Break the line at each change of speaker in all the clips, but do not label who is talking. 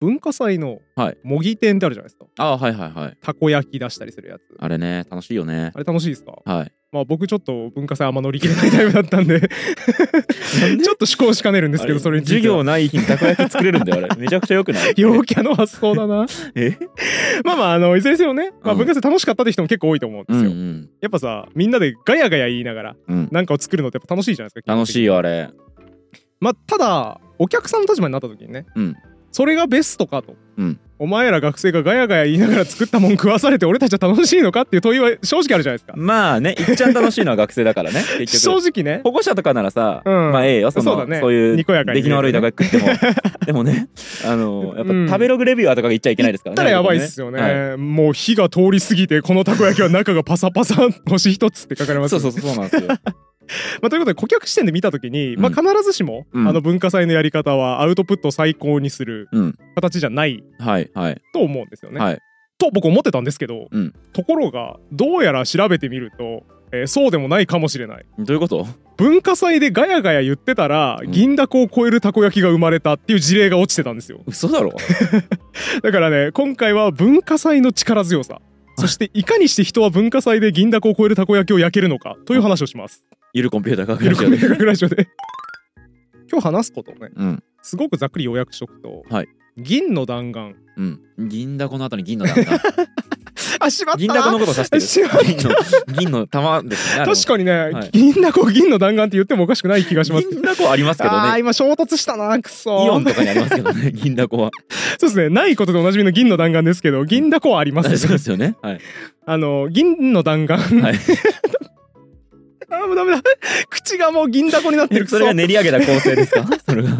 文化祭の
はい
模擬店ってあるじゃないですか、
ああはいはいはい
たこ焼き出したりするやつ
あれね楽しいよね
あれ楽しいですか
はい
まあ僕ちょっと文化祭あんま乗り切れないタイプだったんで ちょっと思考しかねるんですけ
あ
ど
れ
それについて
授
は
業ない日にたこ焼き作れるんだよ あれめちゃくちゃよくない
陽キャの発想だ な
え
まあまああのいずれにせよね、まあ、
うん
文化祭楽しかったって人も結構多いと思うんで
う
す
んう
よ、
ん
やっぱさみんなでガヤガヤ言いながら
うん
なんかを作るのってやっぱ楽しいじゃないですか
楽しい
い
よあれ
まあただお客さんの立場になった時にね、
うん
それがベストかと、
うん
お前ら学生がガヤガヤ言いながら作ったもん食わされて俺たちは楽しいのかっていう問いは正直あるじゃないですか
まあねいっちゃん楽しいのは学生だからね 結
正
局
直ね
保護者とかならさ、
うん
まあええよその
そうだね
いう
にこやかに
出来の悪いたこ焼き食 ってもでもねあのやっぱ
うん
食べログレビューアーとかが言っちゃいけないですからね
言ったらやばいっすよね、
はい
もう火が通り過ぎてこのたこ焼きは中がパサパサ星一つって書かれます
そ
よ
うそうそうそうなんですよ。
まあ、ということで顧客視点で見た時に、まあ、
うん
必ずしも、
うん
あの文化祭のやり方はアウトプットを最高にする
うん。
形じゃない
はいはい、
と思うんですよね。
はい。
と僕思ってたんですけど、
うん
ところがどうやら調べてみると、えーそうでもないかもしれない。
どういうこと？
文化祭でガヤガヤ言ってたら、
うん
銀だこを超えるたこ焼きが生まれたっていう事例が落ちてたんですよ
嘘だろ。
だからね今回は文化祭の力強さそしていかにして人は文化祭で銀だこを超えるたこ焼きを焼けるのかという話をし ます。
ゆるコンピューター学
ゆるく
ラジオで。
ラジオで今日話すことをね
うん
すごくざっくり要約しとくと、
はい
銀の弾丸
うん。銀だこの後に銀の弾丸。
あしま
銀だこのことを指し て
し
る
まっ。
銀の 銀の玉ですね。あの
確かにね、
はい
銀だこ銀の弾丸って言ってもおかしくない気がしますけど
銀だこありますけど
あー
ね。
今衝突したなく
イ
そ
オンとかにありますけ どね。銀だこは。
そうですねないことでおなじみの銀の弾丸ですけど銀だこはありま
そうです
よね
すよね。はい。
あの銀の弾丸、
はい
あーもうダメだ口がもう銀だこになってる
え
くそ
それが練り上げた構成で すか？それが。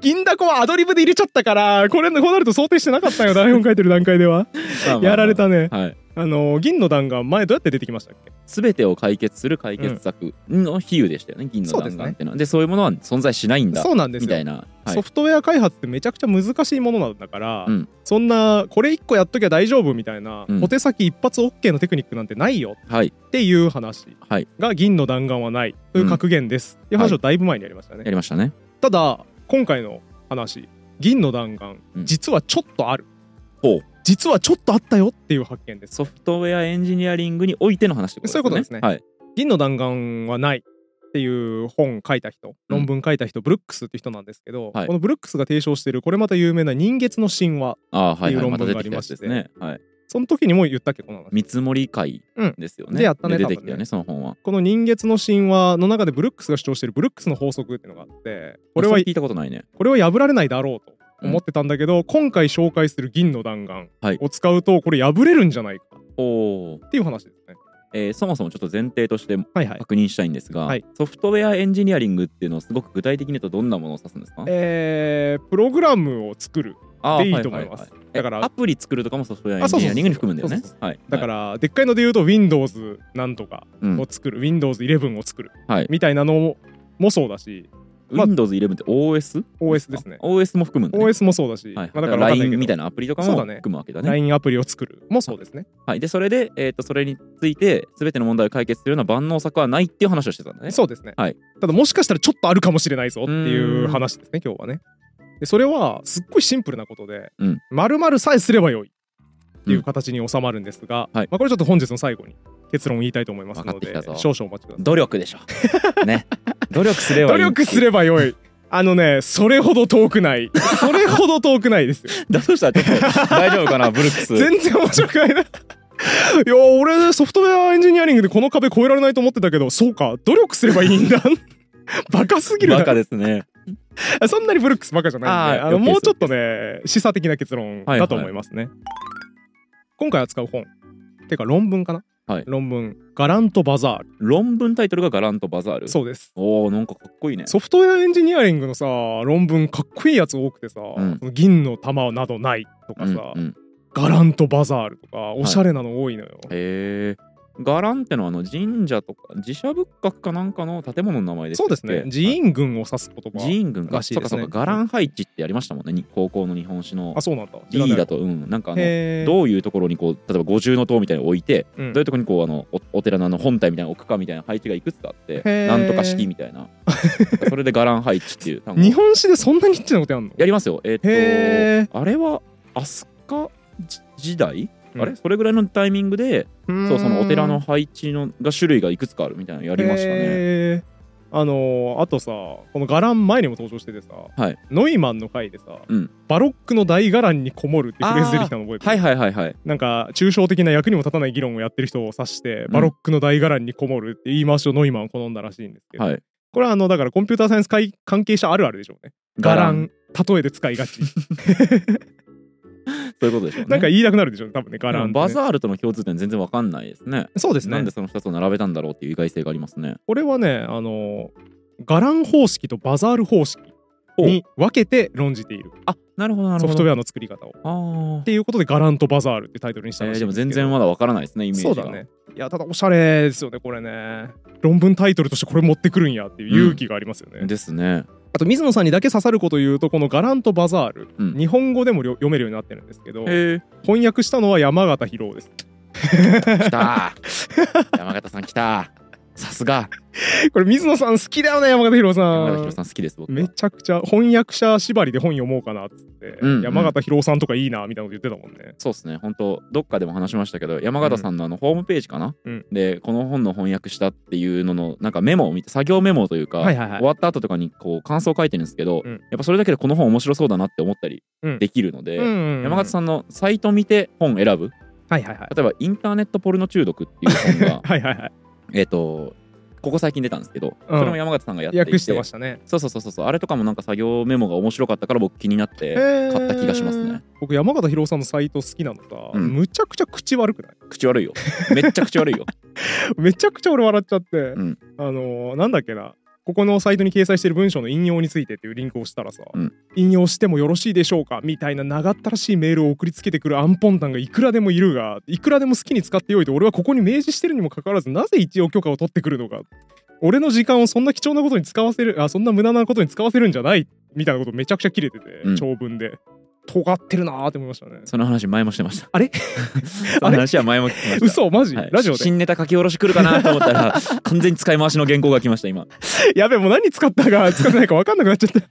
銀だこはアドリブで入れちゃったからこれこうなると想定してなかった よ台本書いてる段階では
まあまあ
やられ。たね
はい。
あの銀の弾丸前どうやって出てきましたっけ
すべてを解決する解決策の比喩でしたよね。銀の弾丸っていうのは。でそういうものは存在しないんだ
そうなんです
み
よ
たいな。はい
ソフトウェア開発ってめちゃくちゃ難しいものなんだから、
うん
そんなこれ一個やっときゃ大丈夫みたいな、
うん
小手先一発 OK のテクニックなんてないよ
はい
っていう話
はい
が銀の弾丸はないという格言です、っていう話をだいぶ前にやりましたね、
やりましたね。
ただ今回の話銀の弾丸、
うん
実はちょっとある
ほう
実はちょっとあったよっていう発見です
ソフトウェアエンジニアリングにおいての話ってことです
そうい
ね。
うことですね
はい。
銀の弾丸はないっていう本書いた人論文書いた人、ブルックスって人なんですけど、
はい
このブルックスが提唱しているこれまた有名な人月の神話
ああ、は
ってい
い、はい。
う論
また
文
出
があり
てきた
ま
や
し
つ
て
で
ね
すね。はい。
その時にも言ったっけこの話
見積もり会ですよね。
うんでやったね
出てきたよね、その本は。
この人月の神話の中でブルックスが主張しているブルックスの法則っていうのがあってこれ
あ
は
そ聞いたことないね。
これは破られないだろうと思ってたんだけど、今回紹介する銀の弾丸
はい
を使うとこれ破れるんじゃないか
おお、
っていう話ですね。
えーそもそもちょっと前提として
はいはい。
確認したいんですが、
はい
ソフトウェアエンジニアリングっていうのをすごく具体的に言うとどんなものを指すんですか
えー、プログラムを作る
あ
でいいと思いますだ
だ
か
かららアプリ作るとかもソフトウェアエンジニアリングに含むんだよ
あ
ね
そうそう。
はい。、
だからら、でっかいので言うと Windows なんとか
うん
を作る、Windows11 を作る、
はい
みたいなのももそうだしまあ
Windows 11って OS?OS
OS ですね
OS も含むんだ、ね。
OS もそうだし、
はい。
まあ、
だ
だ
か
からら
LINE みたい
な
なアプリとか
そ
も
うだね
含むわけだね。
LINE アプリを作るもそうですね
はい、でそれで、えー、とそれについて全ての問題を解決するような万能策はないっていう話をしてたんだね。
そうですね、
はい
ただもしかしたらちょっとあるかもしれないぞっていう
うーん
話ですね今日はねでそれはすっごいシンプルなことで
うん
丸々さえすればよいっていう形に収まるんですが、
うんはい
まあ、これちょっと本日の最後に結論を言いたいと思いますの
分かって
で
きたぞ
少々お待ちください
努力でしょ。ね。努力すれば
努
いい。
力す
れ
ればよいあのねそれほど遠くないそれほど遠くない ですよ
だとしたらちょっと大丈夫かな、ブルック ス。
全然面白くないないや俺ソフトウェアエンジニアリングでこの壁越えられないと思ってたけどそうか努力すればいいんだ バカすぎる
バ
な
カですね。
そんなにブルックスバカじゃないんで
あー
あの
OK
もうちょっとね示唆的な結論
はい
だと思いますね、今回扱う本てか論文かな、
はい
論文「ガラントバザール
論文タイトルがガラントバザー」ル。
そうです
おおなんかかっこいいね。
ソフトウェアエンジニアリングのさ論文かっこいいやつ多くてさ「
うん
その銀の玉などない」とかさ、
んん
ガラントバザール」とかおしゃれなの多いのよ、
へえ。伽藍ってのはあの神社とか寺社仏閣かなんかの建物の名前です
そうですね寺院群を指す言葉
寺院軍
ら
か、
しい
そう
で
か
す
そう
ね
か、伽藍配置ってやりましたもんね、に高校の日本史の
あ。そうなんだ
D だと、うん、なんかあの、
へー
どういうところにこう、例えば五重の塔みたいに置いて、
うん
どういうところにこう、あの、おお寺のあの本体みたいなの置くかみたいな配置がいくつかあって
へー、
なんとか式みた いな。それで伽藍配置っていう単語。
日本史でそんなニッチなことやんの
やりますよ。え
へ
っと、あれは、飛鳥じ時代
うん
あれそれぐらいのタイミングで、そう、そのお寺の配置のが種類がいくつかあるみたいなのや
あ
りましたね。
あのーあとさこの伽藍前にも登場しててさ、
はい
ノイマンの回でさ、
うん
バロックの大伽藍にこもるってフレーズ出てきたの覚えてる
はいはいはいはい。
なんか抽象的な役にも立たない議論をやってる人を指して、バロックの大伽藍にこもるって言い回しをノイマンは好んだらしいんですけど、
はい。
これはあのだからコンピューターサイエンス会関係者あるあるでしょうね。伽藍例えで使いがち、
そういうことでしょうね。
なんか言いたくなるでしょうね多分ね伽藍、
で
ね、
もバザールとの共通点全然わかんないですね。
そうですね
なんでその2つを並べたんだろうっていう意外性がありますね。
これはねあのガラン方式とバザール方式に分けて論じている
あなるほどなる
ソ
ほ
フトウ
ど。
ェアの作り方を。っ
あー
ていうことでガランとバザールってタイトルにした
え
らし
ー
い
で
ん
も
ですけ
全
ど
然まだわからないですねイメージ
そ
が。
うだね。いやただおしゃれですよねこれね。論文タイトルとしてこれ持ってくるんやっていう勇気がありますよね。
ですね。
あと水野さんにだけ刺さること言うとこの「ガランとバザール」
うん
日本語でもりょ読めるようになってるんですけど
へえ。
翻訳したのは山形博夫です。
来た ー山形さん来たーさすが
これ水野さん好きだよね山形博夫
山形
さ
博
ん。
さん好きです僕は。
めちゃくちゃ翻訳者縛りで本読もうかなっつって、
うんうん
山形博夫さんとかいいなみたいなこと言ってたもんね。
そうですね本当どっかでも話しましたけど山形さんのあのホームページかな、
うん
でこの本の翻訳したっていうののなんかメモを見て作業メモというか、
はいはいはい
終わった後とかにこう感想を書いてるんですけど、
うん
やっぱそれだけでこの本面白そうだなって思ったり
うん
できるので、
うんうんうん
山形さんのサイト見て本選ぶ
はいはいはい。
例えば「インターネットポルノ中毒」ってい う本が
はいはいはい。
えっとここ最近出たんですけど、
うん
それも山形さんがやっていて
訳してましたね。
そうそうそうそうあれとかもなんか作業メモが面白かったから僕気になって
買
買った気がしますね。
僕山形博夫さんのサイト好きなのさ、
うん
むちゃくちゃ口悪くない
口悪いよめっちゃ口悪いよ
めちゃくちゃ俺笑っちゃって、
ん
あのーなんだっけなここのサイトに掲載している文章の引用についてっていうリンクを押したらさ、
うん
引用してもよろしいでしょうかみたいな長ったらしいメールを送りつけてくるアンポンタンがいくらでもいるがいくらでも好きに使ってよいと俺はここに明示してるにもかかわらずなぜ一応許可を取ってくるのか俺の時間をそんな貴重なことに使わせるあそんな無駄なことに使わせるんじゃないみたいなことめちゃくちゃ切れてて、
うん
長文で尖ってるなーって思いましたね
その話前もしてました
あれ
その話は前も聞きました
嘘マジ、
はい
ラジオで
新ネタ書き下ろし来るかなと思ったら完全に使い回しの原稿が来ました今
やべえもう何使ったか使ってないか分かんなくなっちゃった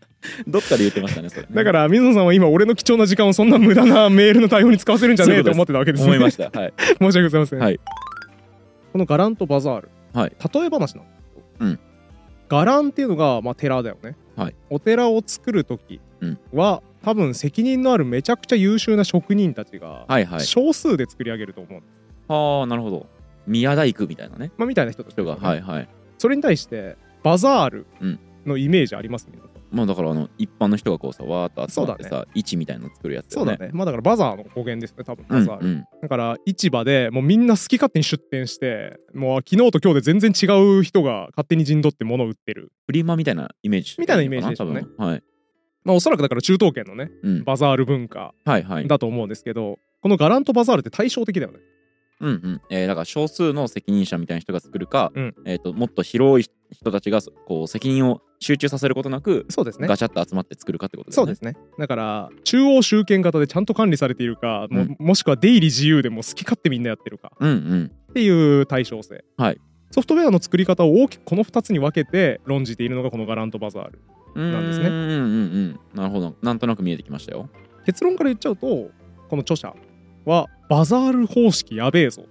どっかで言ってましたねそれね
だから水野さんは今俺の貴重な時間をそんな無駄なメールの対応に使わせるんじゃねえと思ってたわけですね
思いましたはい
申し訳ございません、
はい
このガランとバザール、
はい
例え話なの、
うん
ガランっていうのが、まあ、寺だよね、
はい
お寺を作る時
うん
は、多分責任のあるめちゃくちゃ優秀な職人たちが、
はいはい
少数で作り上げると思う、
はあなるほど宮大工みたいなね
まあ、みたいな人たち
人がはいはい
それに対してバザール
うん
のイメージありますね、
まあだからあの一般の人がこうさわーっと集まって
そ
さ、位置みたいなの作るやつ
そうだねまあだからバザーの語源ですね多分
う
バ
ん
ザール、
うん
だから市場でもうみんな好き勝手に出店してもう昨日と今日で全然違う人が勝手に陣取って物を売ってる
フリマみたいなイメージ
みたいなイメージでしょうね
多分はい、
まあおそらくだから中東圏のね
うん、
バザール文化
はいはい
だと思うんですけどこのガラントバザールって対照的だよね
うんうんえーだから少数の責任者みたいな人が作るか、
うん
えー、ともっと広い人たちがそこう責任を集中させることなく、
そうです
ガチャッと集まって作るかってことです
そ
ね。
うですねだから中央集権型でちゃんと管理されているか、もうもしくは出入り自由でもう好き勝手みんなやってるか
うんうん。
っていう対称性、
はい
ソフトウェアの作り方を大きくこの2つに分けて論じているのがこのガラントバザールなんですね
うーんうんうん。なるほど。なんとなく見えてきましたよ。
結論から言っちゃうとこの著者はバザール方式やべえぞ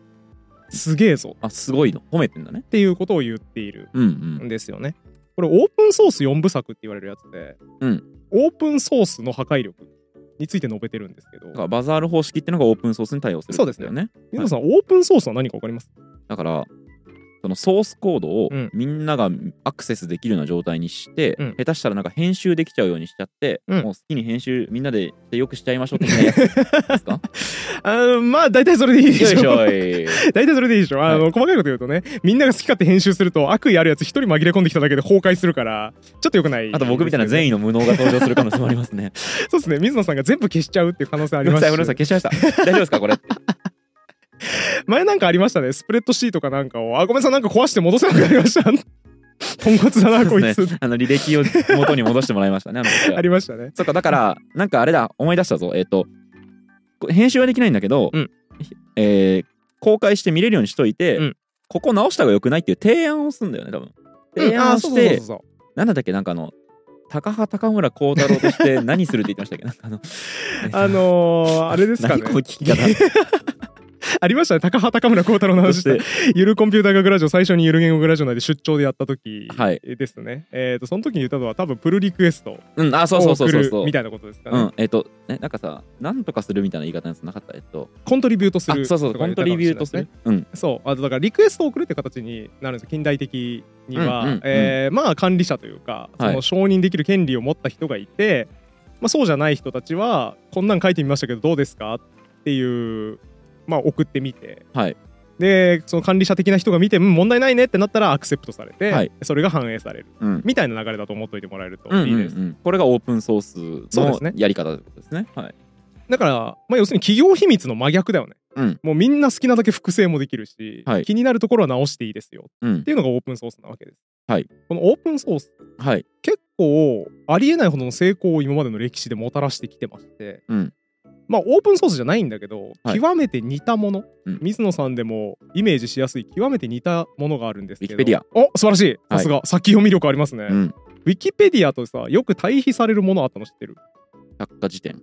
すげえぞ
あすごいの。褒めてんだね
っ。ていうことを言っている
うんうん
ん。ですよね。これオープンソース4部作って言われるやつで、
うん
オープンソースの破壊力について述べてるんですけ
だ
ど
からバザール方式っていうのがオープンソースに対応する
そうですね
よね。
皆さんオープンソースは何か分かります
だからそのソースコードを
うん
みんながアクセスできるような状態にして、
うん
下手したらなんか編集できちゃうようにしちゃって、
うん
もう好きに編集みんなでしてよくしちゃいましょう的なやつです か
あーまあ大体それでいいで
よい
し
し
ょ
ょい。
大体それでいいでしょあの、
は
細かいこと言うとねみんなが好き勝手編集すると悪意あるやつ一人紛れ込んできただけで崩壊するからちょっとよくない
あと僕みたいな善
員
意の無能が登場する可能性もありますね。
そうですね水野さんが全部消しちゃうっていう可能性あ
ご
り
めん
ま
な
す
さ
し
い、ごめんなさい、消しました。大丈夫ですか、これ。
前なんかありましたねスプレッドシートかなんかをあごめんなさいなんか壊して戻せなくなりました ポンコツだなこいつ、
そうですねあの履歴を元に戻してもらいましたね。あの時 は
ありましたね
そうか、だから、なんかあれだ、思い出したぞ。えっ、と、こ編集はできないんだけど、
うん
えー公開して見れるようにしといて、
うん
ここ直した方が良くないっていう提案をするんだよね、多分。提
うんあ
案
ー
を
そうそ
し
うそう
て、
そう
なんだったっけ、なんかあの、高羽高村光太郎として何するって言ってましたっけ、 なんかあの、えっと
あのー、あれですかね
何この聞き方
ありましたね高畑高村光太郎の
と
話
し
して
て、
ゆるコンピューター学ラジオ最初にゆる言語グラジオ内で出張でやった時
はい。
ですね、えっ、とその時に言ったのは多分プルリクエストを
うん、あ、そうそうそう
送
そうそ
る
う
み。たいなことですかね、
うん、えっ、と、え、なんかさ、なんとかするみたいな言い方のやつなかったえっと、
コントリビュートす
あ、
る
そうそう、
と
コ
か言
ン
った
ト
かも
リ
し
ビ
れない
ュート
ですすね
る。うん、
そうあとだからリクエストを送るって形になるんですよ近代的には、
うんうんうん
えーまあ管理者というか、
はい
その承認できる権利を持った人がいて、まあ、そうじゃない人たちはこんなん書いてみましたけどどうですかっていうまあ送ってみて、
はい
でその管理者的な人が見てうん問題ないねってなったらアクセプトされて、
はい
それが反映される
うん。
みたいな流れだと思っておいてもらえると
うん
いいです。
うんうんこれがオープンソース
そうです
の
ね
やり方ってことですね。はい。
だから、まあ、要するに企業秘密の真逆だよね、
うん
もうみんな好きなだけ複製もできるし、
はい
気になるところは直していいですよ
うん
っ。ていうのがオープンソースなわけです。
はい、
このオープンソース
はい。
結構ありえないほどの成功を今までの歴史でもたらしてきてまして、
うん
まあオープンソースじゃないんだけど、
はい
極めて似たもの、
うん
水野さんでもイメージしやすい極めて似たものがあるんですけど
Wikipedia
お素晴らしいさすが、先読み力ありますね、
うん。
ウィキペディアとさよく対比されるものあったの知ってる
百科事典。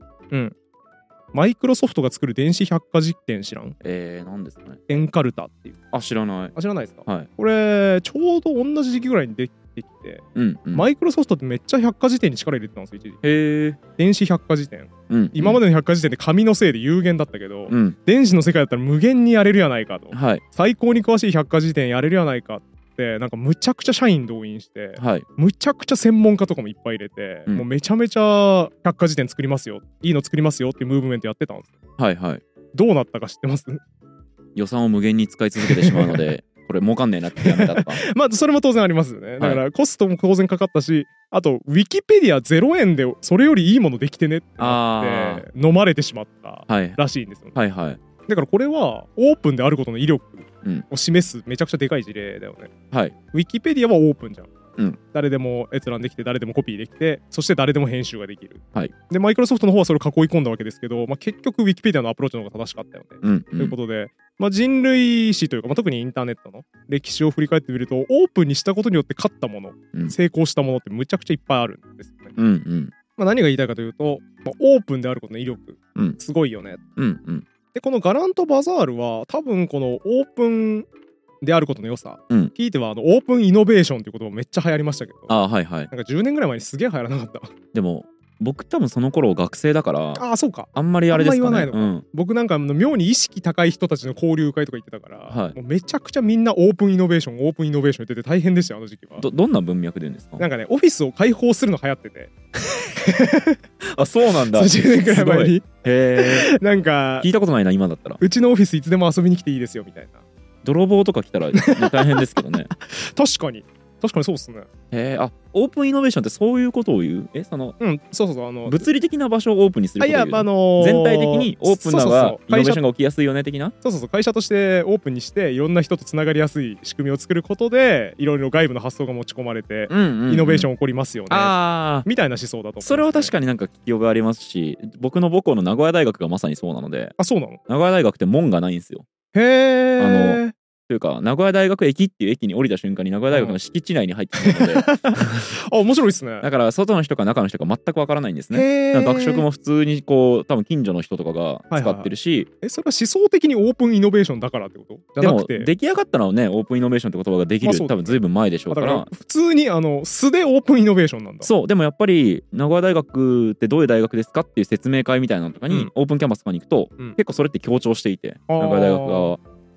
マイクロソフトが作る電子百科実験知らん
えー、何ですかね。
エンカルタっていう
あ、知らない。
あ知らないですか、
はい
これちょうど同じ時期ぐらいにできてきて、
うん、うん。
マイクロソフトってめっちゃ百科事典に力入れてたんですよ一時
へえ。
電子百科事典
うん。
今までの百科事典で紙のせいで有限だったけど、
うん。
電子の世界だったら無限にやれるやないかと
はい。
最高に詳しい百科事典やれるやないかってなんかむちゃくちゃ社員動員して
はい。
むちゃくちゃ専門家とかもいっぱい入れて、
うん
もうめちゃめちゃ百科事典作りますよいいの作りますよっていうムーブメントやってたんです
はい。はい。
どうなったか知ってます
予算を無限に使い続けてしまうので、 これ儲かんねえなってやめた とか。
まあそれも当然ありますよねだからコストも当然かかったしあとウィキペディア0円でそれよりいいものできてねってなって飲まれてしまった
はい。
らしいんですよね
はいはい。
だからこれはオープンであることの威力
うん
を示すめちゃくちゃでかい事例だよね。
はい。
ウィキペディアはオープンじゃん。
うん
誰でも閲覧できて誰でもコピーできてそして誰でも編集ができる。
はい
でマイクロソフトの方はそれを囲い込んだわけですけど、まあ、結局ウィキペディアのアプローチの方が正しかったよね。
うん。
ということで、まあ、人類史というか、まあ、特にインターネットの歴史を振り返ってみるとオープンにしたことによって勝ったもの、
うん
成功したものってむちゃくちゃいっぱいあるんですよね。
うん。うん。
まあ、何が言いたいかというと、まあ、オープンであることの威力、
うん
すごいよね
うん。うん。
でこのガラントバザールは多分このオープンであることの良さ、
うん
聞いてはあのオープンイノベーションっていう言葉めっちゃ流行りましたけどなんか
あーはいはい。
10年ぐらい前にすげえ流行らなかった
でも、僕多分その頃学生だから、
ああそうか
あんまりあれですかね。
あんま言わ
うん。
僕なんかあの妙に意識高い人たちの交流会とか行ってたから、
はい
もうめちゃくちゃみんなオープンイノベーションオープンイノベーション言ってて大変でしたよあの時期は
ど、どんな文脈で言うんですか
なんかねオフィスを開放するの流行ってて
あ、そうなんだ。
10年ぐらい前
すご
に
へえ。
なんか
聞いたことないな、今だったら。
うちのオフィスいつでも遊びに来ていいですよみたいな
泥棒とか来たら大変です けどね。
確かに確かにそうっすね
へえ、あ、オープンイノベーションってそういうことを言うえ、その、
うんそうそうそうあの
物理的な場所をオープンにする
あ
こ
い
とを言
や、
う
まああのー
全体的にオープンなのが
そうそうそう
イノベー
会社
ションが起きやすいよね的な
そうそうそう会社としてオープンにしていろんな人とつながりやすい仕組みを作ることでいろいろ外部の発想が持ち込まれて、
うんうんうん
イノベーション起こりますよね
ああ
みたいな思想だと思う、
それは確
に
かになんか聞き覚えありますし僕の母校の名古屋大学がまさにそうなので
あそうなの
名古屋大学って門がないんですよ
へえ
というか名古屋大学駅っていう駅に降りた瞬間に名古屋大学の敷地内に入ってくる ので、
あ面白いですね
だから外の人か中の人か全くわからないんですね
へ
だ
え
から学食も普通にこう多分近所の人とかが使ってるし、
えそれは思想的にオープンイノベーションだからってことじゃなく
で
て
も出来上がったのはねオープンイノベーションって言葉ができる、
まあそうだ
多
ね
分ずいぶん前でしょう
だ
か
からら普通にあの素でオープンイノベーションなんだ
そうでもやっぱり名古屋大学ってどういう大学ですかっていう説明会みたいなのとかに、
うん
オープンキャンパスとかに行くと、
うん
結構それって強調していて
あー
名古屋大学が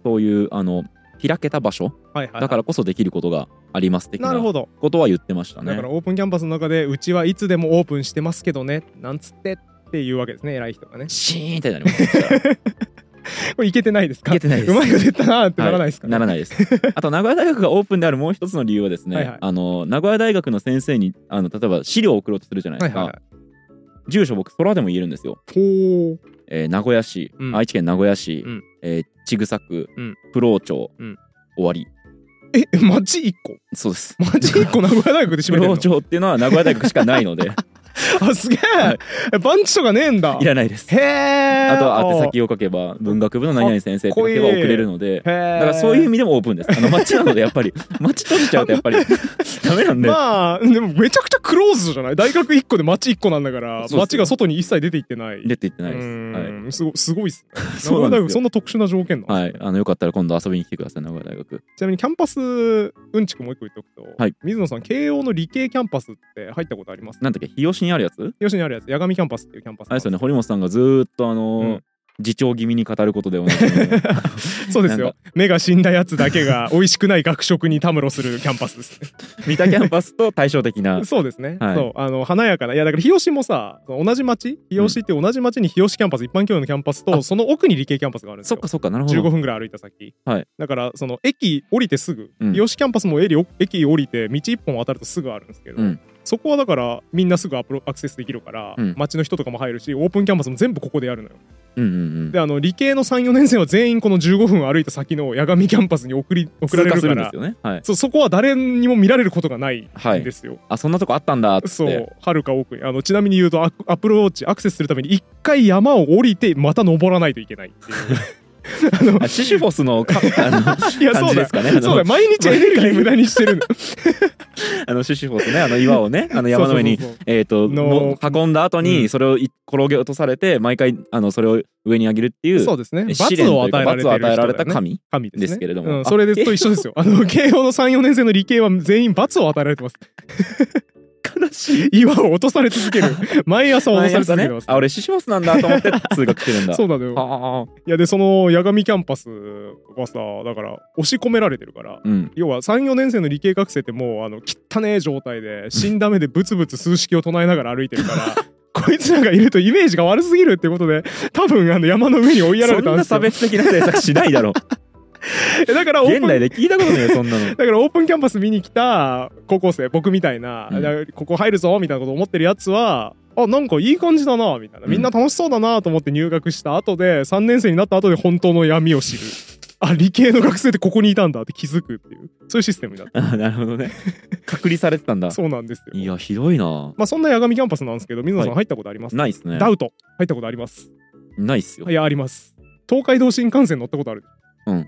そういうあの開けた場所
はいはいはい
だからこそできることがあります的
な
な
るほど
ことは言ってました
だから
ね。
オープンキャンパスの中でうちはいつでもオープンしてますけどねなんつってっていうわけですね偉い人がね
シーンってなりますね。
これいけてないですか
いけてないです
うまいこと言ったなーってならないですか、
ならないです。あと名古屋大学がオープンであるもう一つの理由はですね、
はいはい
あの名古屋大学の先生にあの例えば資料を送ろうとするじゃないで
は
す
い
か、
はいはい
住所僕空でも言えるんですよ、
ほー
えー名古屋市、
うん
愛知県名古屋市、
うん
えー千草区、
うん
プロ町、
うん
終わり
え町1個
そうです
町1個名古屋大学で
プ
占めてん
ロ
の
町 っていうのは名古屋大学しかないので
あすげ
は
え番地とかねえんだ
いらないです
へえ
あとは宛先を書けば文学部の何々先生って書けば
かっこい
送
い
れるので
へえ
だからそういう意味でもオープンですあの街なのでや っぱり街閉じちゃうとやっぱりダメなんで、
まあでもめちゃくちゃクローズじゃない大学1個で町1個なんだから
そうっすよ
町が外に一切出ていってない
出て行ってないで
う
すはい
ーんすごすごいっすね名
そ
古
うな
屋
ん
大学
です
そん
よ
な特殊な条件なの、
はいあのよかったら今度遊びに来てください名古屋大学
ちなみにキャンパスうんちくもう一個言っておくと、
はい
水野さん慶応の理系キャンパスって入ったことあります
なんだっけ日吉にあるやつ
吉にあるやつ八神キャンパスっていうキャンパス
あれですよね堀本さんがずーっとあのー
うん
自重気味に語ることでおなじみの
そうです
な
よ
んか
目が死んだやつだけが美味しくない学食にたむろするキャンパスですね
三田キャンパスと対照的 な
そうですね、
はい
そうあの華やかないやだから日吉もさ同じ町日吉って同じ町に日吉キャンパス一般教養のキャンパスとその奥に理系キャンパスがあるんです
そっ
よ
かそっかなるほ
15
ど
分ぐらい歩いた先、
はい
だからその駅降りてすぐ、
うん
日吉キャンパスも駅を駅降りて道一本渡るとすぐあるんですけど、
うん
そこはだからみんなすぐアプロアクセスできるから、
うん
街の人とかも入るしオープンキャンパスも全部ここでやるのよ
うんうん
であの理系の34年生は全員この15分歩いた先の八神キャンパスに送り
うん
送られるか
通過するんで
ら
すよねはい
そうそこは誰にも見られることがない
は
ん
い
ですよ、
あそんなとこあったんだっつって
そうはるか奥にあのちなみに言うとアクアプローチアクセスするために一回山を降りてまた登らないといけないっていうあの
あシシフォスのかあの
いや
感
そうだ
じで
よ
すかねあの
そうだよ毎日エネルギー無駄にしてるの
あのシシフォスねあの岩を ねあの山の上に
そうそうそう
えー、と
の
も運んだ後
う
に
ん
それをい転げ落とされて毎回あのそれを上に上げるってい
そううですね
え
罰
試練
を
という
与え
から
れ
罰
て
を
る人
与えられ
だ
た
よね
神
神です,、ね、
ですけれども
うんそれでと一緒ですよあの慶応の34年生の理系は全員罰を与えられてます
悲しい
岩を落とされ続ける 毎朝落とされ続けてます
あ俺シシフォスなんだと思って通学してるんだ
そうなのよ
ああ
いやでその八神キャンパスがさだから押し込められてるから
うん
要は34年生の理系学生ってもうあの汚え状態で死んだ目でブツブツ数式を唱えながら歩いてるから こいつらがいるとイメージが悪すぎるってことで多分あの山の上に追いやら
そ
れた
ん
んで
な
す
差
よ
別的な政策しない だろ
えだからオー
現
プン
代で聞いたことないよそんなの
だからオープンキャンパス見に来た高校生僕みたいな、
うん
だからここ入るぞみたいなこと思ってるやつはあなんかいい感じだなみたいな
うん
みんな楽しそうだなと思って入学した後で3年生になった後で本当の闇を知るあ理系の学生ってここにいたんだって気づくっていうそういうシステムになって
あなるほど ね隔離されてたんだ
そうなんですよ
いやひどいな
まあそんな八神キャンパスなんですけど水野さん
は
入ったことあります、
ないっすね
ダウト入ったことあります
ないっすよ
いやあります東海道新幹線乗ったことある、
うん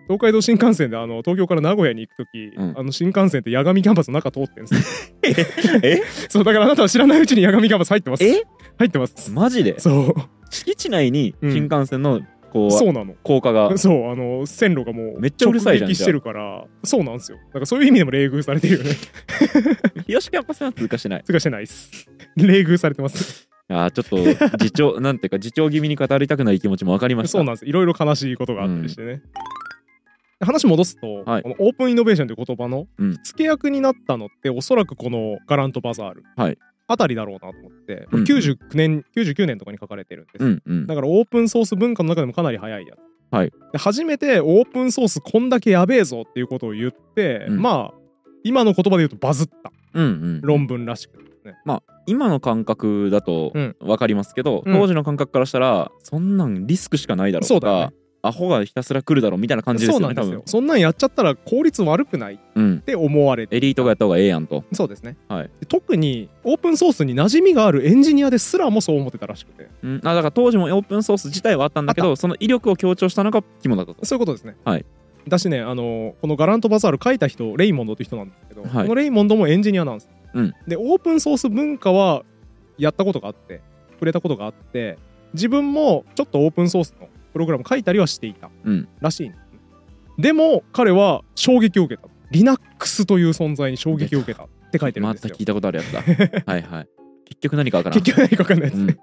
東海道新幹線であの東京から名古屋に行く時、
うん
あの新幹線って八神キャンパスの中通ってんですよ
え
そうだからあなたは知らないうちに八神キャンパス入ってます
え
入ってます
マジで
そう
敷地内に
うん
新幹線のこう
そうなの
効果が
そうあの線路がもう
めっちゃうるさいじゃん
直撃してるからそうなんですよだからそういう意味でも冷遇されてるよね
東キャンパスは通過してない
つうかしてないっす冷遇されてます
あーちょっと 自重なんていうか自重気味に語りたくない気持ちも分かりました
そうなんですいろいろ悲しいことがあったりしてね、話戻すと、
はい
このオープンイノベーションという言葉の
うん
付け役になったのっておそらくこのガラントバザール、
はい
あたりだろうなと思ってこ
うん
れ
うん
99年、99年とかに書かれてるんですよ
うんうん
だからオープンソース文化の中でもかなり早いやつ。
はい
で初めてオープンソースこんだけやべえぞっていうことを言って、
うん
まあ今の言葉で言うとバズった
うんうん
論文らしくてね。
まあ今の感覚だと
うん
分かりますけど、
うん
当時の感覚からしたらそんなんリスクしかないだろ
そう
と
うだよ
か
ね
アホがひたすら来るだろうみたいな感じで
そう
す
な
よ
んで
ね多
すよ
分。
そんなんやっちゃったら効率悪くないっ
うん
て思われて
エリートがやった方がええやんと
そうですね、
はい
で特にオープンソースに馴染みがあるエンジニアですらもそう思ってたらしくて
うん、あだから当時もオープンソース自体はあったんだけどその威力を強調したのが肝だったと
そういうことですね。
はい
だしねあのこのガラントバザール書いた人レイモンドって人なんですけど、
はい
このレイモンドもエンジニアなんです。
うん
でオープンソース文化はやったことがあって触れたことがあって自分もちょっとオープンソースのプログラム書いたりはしていた
うん
らしいんですね、でも彼は衝撃を受けた Linux という存在に衝撃を受けたって書いてるん
ま
です
た
よ
聞。いたことある やつだはいはい結局何か分からん
結局何か分かんないですね、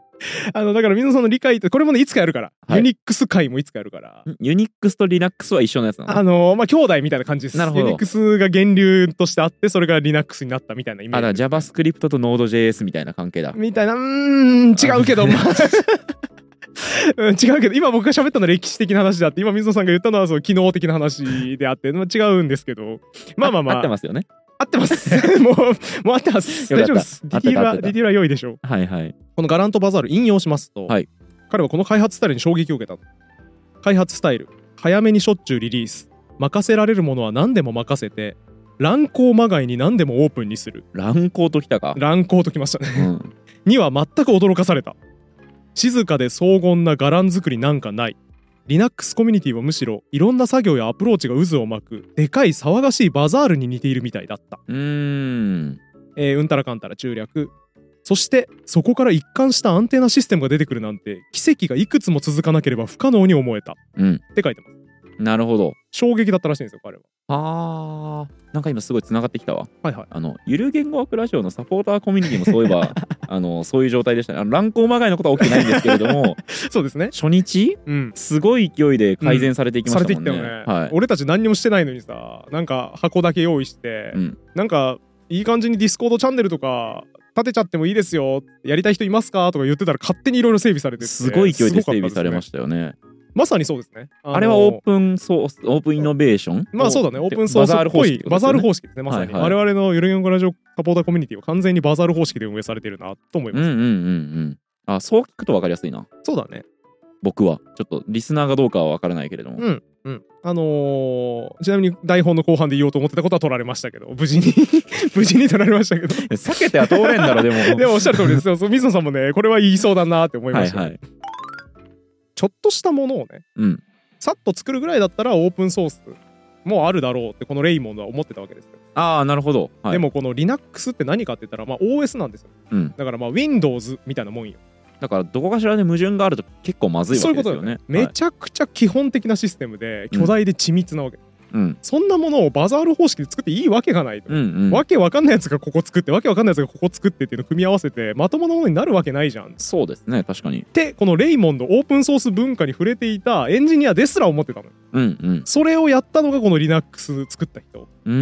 あのだから皆さんの理解ってこれもねいつかやるから、
はい
ユニックス会もいつかやるから
うん、ユニックスとリナックスは一緒のやつなの
あのまあ兄弟みたいな感じです。
なるほど
ユニックスが源流としてあってそれが Linux になったみたいなイメ
あ
ー
だ
ジ。
から JavaScript と Node.js みたいな関係だ。
みたいなうーん違うけどまあ うん違うけど今僕が喋ったのは歴史的な話であって今水野さんが言ったのはその機能的な話であって、まあ、違うんですけどまあまあまあ
合ってますよね。
合合ってます もうもう合ってます
よ
大
かった
丈夫ですディ
合ってた
ティール
合っ
は
て
デ
た
ィティールは良いでしょう
はいはい
このガラントバザール引用しますと、
はい
彼はこの開発スタイルに衝撃を受けた開発スタイル早めにしょっちゅうリリース任せられるものは何でも任せて乱行まがいに何でもオープンにする
乱行ときたか、
乱行ときましたね
うん、
には全く驚かされた静かで荘厳な伽藍作りなんかない Linux コミュニティはむしろいろんな作業やアプローチが渦を巻くでかい騒がしいバザールに似ているみたいだった、
うーん
えーうんたらかんたら中略そしてそこから一貫した安定なシステムが出てくるなんて奇跡がいくつも続かなければ不可能に思えたっ
うん
て書いてます
なるほど
衝撃だったらしいんですよ彼は
あーなんか今すごいつながってきたわ
はいはい
あのゆる言語学ラジオのサポーターコミュニティもそういえ ばあのそういう状態でしたねあの乱行まがいのことは起きてないんですけれども
そうですね
初日
うん
すごい勢いで改善されていき
さ
まし
れて
た
い
も
っ
ん
た
ね、
よね、
はい
俺たち何にもしてないのにさなんか箱だけ用意して、
うん
なんかいい感じにディスコードチャンネルとか立てちゃってもいいですよやりたい人いますかとか言ってたら勝手にいろいろ整備されてて
すごい勢いで整備されま
た
したよね。
まさにそうですねあ
あれはオープンソース、オープンイノベーション
まあそうだねオープンソースっぽいバザール方式ですねまさに、
はいはい
我々のゆる言語ラジオサポーターコミュニティは完全にバザール方式で運営されてるなと思い
うん
ま
う
す、
んうんうん。あ、そう聞くと分かりやすいな。
そうだね
僕は。ちょっとリスナーがどうかは分からないけれども。
うんうんあのーちなみに台本の後半で言おうと思ってたことは取られましたけど無事に 無事に取られましたけ ど
避けては通れんだろ、で も。
でもおっしゃる通りですよ。そう水野さんもね、これは言いそうだなって思いま
は
し
い
たね、
はい。
ちょっとしたものをね、
うん。
さっと作るぐらいだったらオープンソースもあるだろうって、このレイモンドは思ってたわけですよ。
ああ、なるほど。はい、
で、もこの Linux って何かって言ったら、まあ OS なんですよ。
うん
だからまあ Windows みたいなもんよ。
だからどこかしらで矛盾があると結構まずいわ
そう
け
いうこ
です
とだ
よ
よ
ね。
ね、
は
め
い
ちゃくちゃ基本的なシステムで、巨大で緻密なわけ。
うん。
そんなものをバザール方式で作っていいわけがないと。
うんうん。
わけわかんないやつがここ作って、わけわかんないやつがここ作ってっていうのを組み合わせて、まともなものになるわけないじゃん。
そうですね、確かに
っ。てこのレイモンドオープンソース文化に触れていたエンジニアですら思ってたのよ
うんうん。
それをやったのがこの Linux 作った人、
うー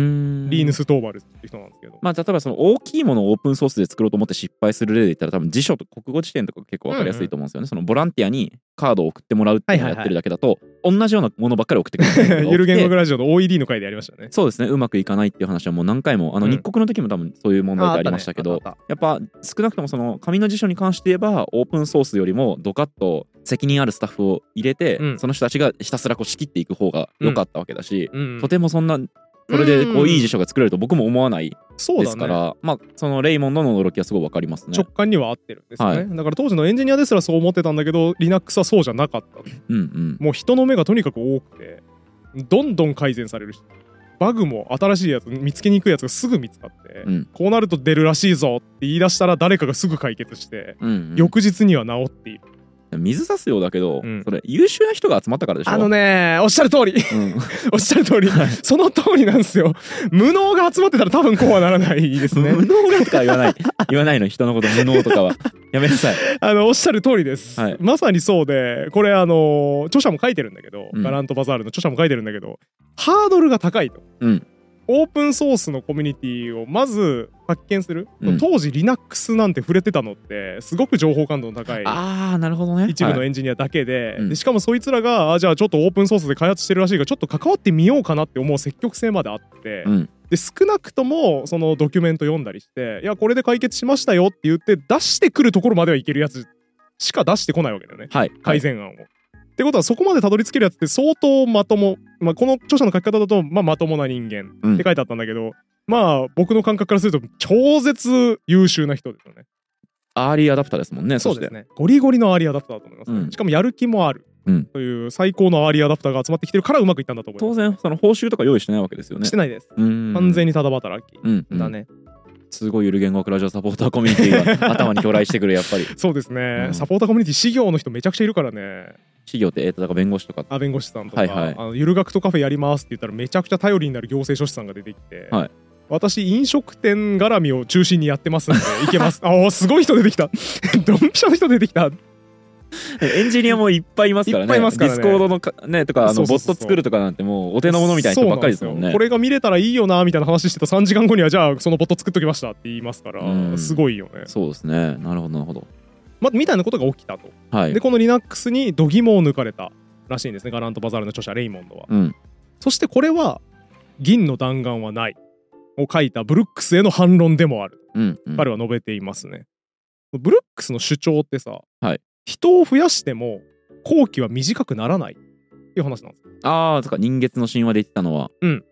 ん。
リーヌス・トーバルズっていう人なんですけど、
まあ、例えばその大きいものをオープンソースで作ろうと思って失敗する例で言ったら多分辞書と国語辞典とか結構分かりやすいと思うんですよね、そのボランティアにカードを送ってもらうっていうのを
はい
や
はいはい
ってるだけだと、同じようなものばっかり送ってくるんですけ ど
ゆる言語ラジオの OED の回でやりましたね
そうですねうまくいかないっていう話はもう何回もあの
うん
日国の時も多分そういう問題ってありましたけど、やっぱ少なくともその紙の辞書に関して言えばオープンソースよりもドカッと責任あるスタッフを入れて、
うん
その人たちがひたすらこう仕切っていく方が良かったわけだし、
うん
とてもそんなそれでこ
う
うんいい辞書が作れると僕も思わない
そう
で
だ
す
ね
から、まあそのレイモンドの驚きはすごいわかりますね
直。感には合ってるんですよね、
はい
だから当時のエンジニアですらそう思ってたんだけど Linux はそうじゃなかった
うんうん。
もう人の目がとにかく多くてどんどん改善されるしバグも新しいやつ見つけにくいやつがすぐ見つかって、
うん
こうなると出るらしいぞって言い出したら誰かがすぐ解決して、
うんうん、
翌日には治っている
水差すようだけど、
うん
それ優秀な人が集まったからでしょ
あの、ねおっしゃる通り
うん、
おっしゃる通り
はい
その通りなんですよ無能が集まってたら多分こうはならないですね
無能がとかは 言わない言わないの人のこと無能とかはやめなさい
あのおっしゃる通りです、
はい
まさにそうでこれあの著者も書いてるんだけど、
うん
ガラントバザールの著者も書いてるんだけどハードルが高いと、
うん
オープンソースのコミュニティをまず発見する、
うん
当時 Linux なんて触れてたのってすごく情報感度の高い
ああなるほどね
一部の
はい
エンジニアだけで,、
うん
でしかもそいつらがあじゃあちょっとオープンソースで開発してるらしいからちょっと関わってみようかなって思う積極性まであって、
うん
で少なくともそのドキュメント読んだりしていやこれで解決しましたよって言って出してくるところまではいけるやつしか出してこないわけだよね
はい
改善案を。ってことはそこまでたどり着けるやつって相当まとも、まあ、この著者の書き方だと、まあ、まともな人間
うん
って書いてあったんだけど、まあ僕の感覚からすると超絶優秀な人ですよね。
アーリーアダプターですもんね
そう
して
ですね。ゴリゴリのアーリーアダプターだと思います、ね
うん
しかもやる気もある、
うん
という最高のアーリーアダプターが集まってきてるからうまくいったんだと思い
当
ます。
然その報酬とか用意してないわけですよね
してないです。
うん
完全にただ働き。
うん、うん、
だね、
すごいゆる言語学ラジオサポーターコミュニティ が頭に巨来してくるやっぱり
そうですね、
うん
サポーターコミュニティ事業の人めちゃくちゃいるからね
企業ってえーとだから弁護士とか
あ弁護士さんとか、
はいはい
あのゆる学徒カフェやりますって言ったらめちゃくちゃ頼りになる行政書士さんが出てきて、
はい
私飲食店絡みを中心にやって ますんでいけますあおすごい人出てきた ドンピシャの人出てきた
エンジニアもいっぱいいますか
い
らね
っぱいいますからね
ディスコードのかねとかあ
そ
の
うそ
ボ
う
ッ
そうそう
ト作るとかなんてもうお手の物みたいな人ばっかりですもん
そうな
ね
よこれが見れたらいいよなみたいな話してた3時間後にはじゃあそのボット作っときましたって言いますから、
うん
すごいよね、
そうですねなるほどなるほど
ま、みたいなことが起きたと
はい
でこの Linux に度肝を抜かれたらしいんですねガラントバザールの著者レイモンドは
うん
そしてこれは銀の弾丸はないを書いたブルックスへの反論でもある、
うんうん、
彼は述べていますねブルックスの主張ってさ、
はい
人を増やしても後期は短くならないっていう話なんです
ああ、そっか、人月の神話で言ってたのは。
うん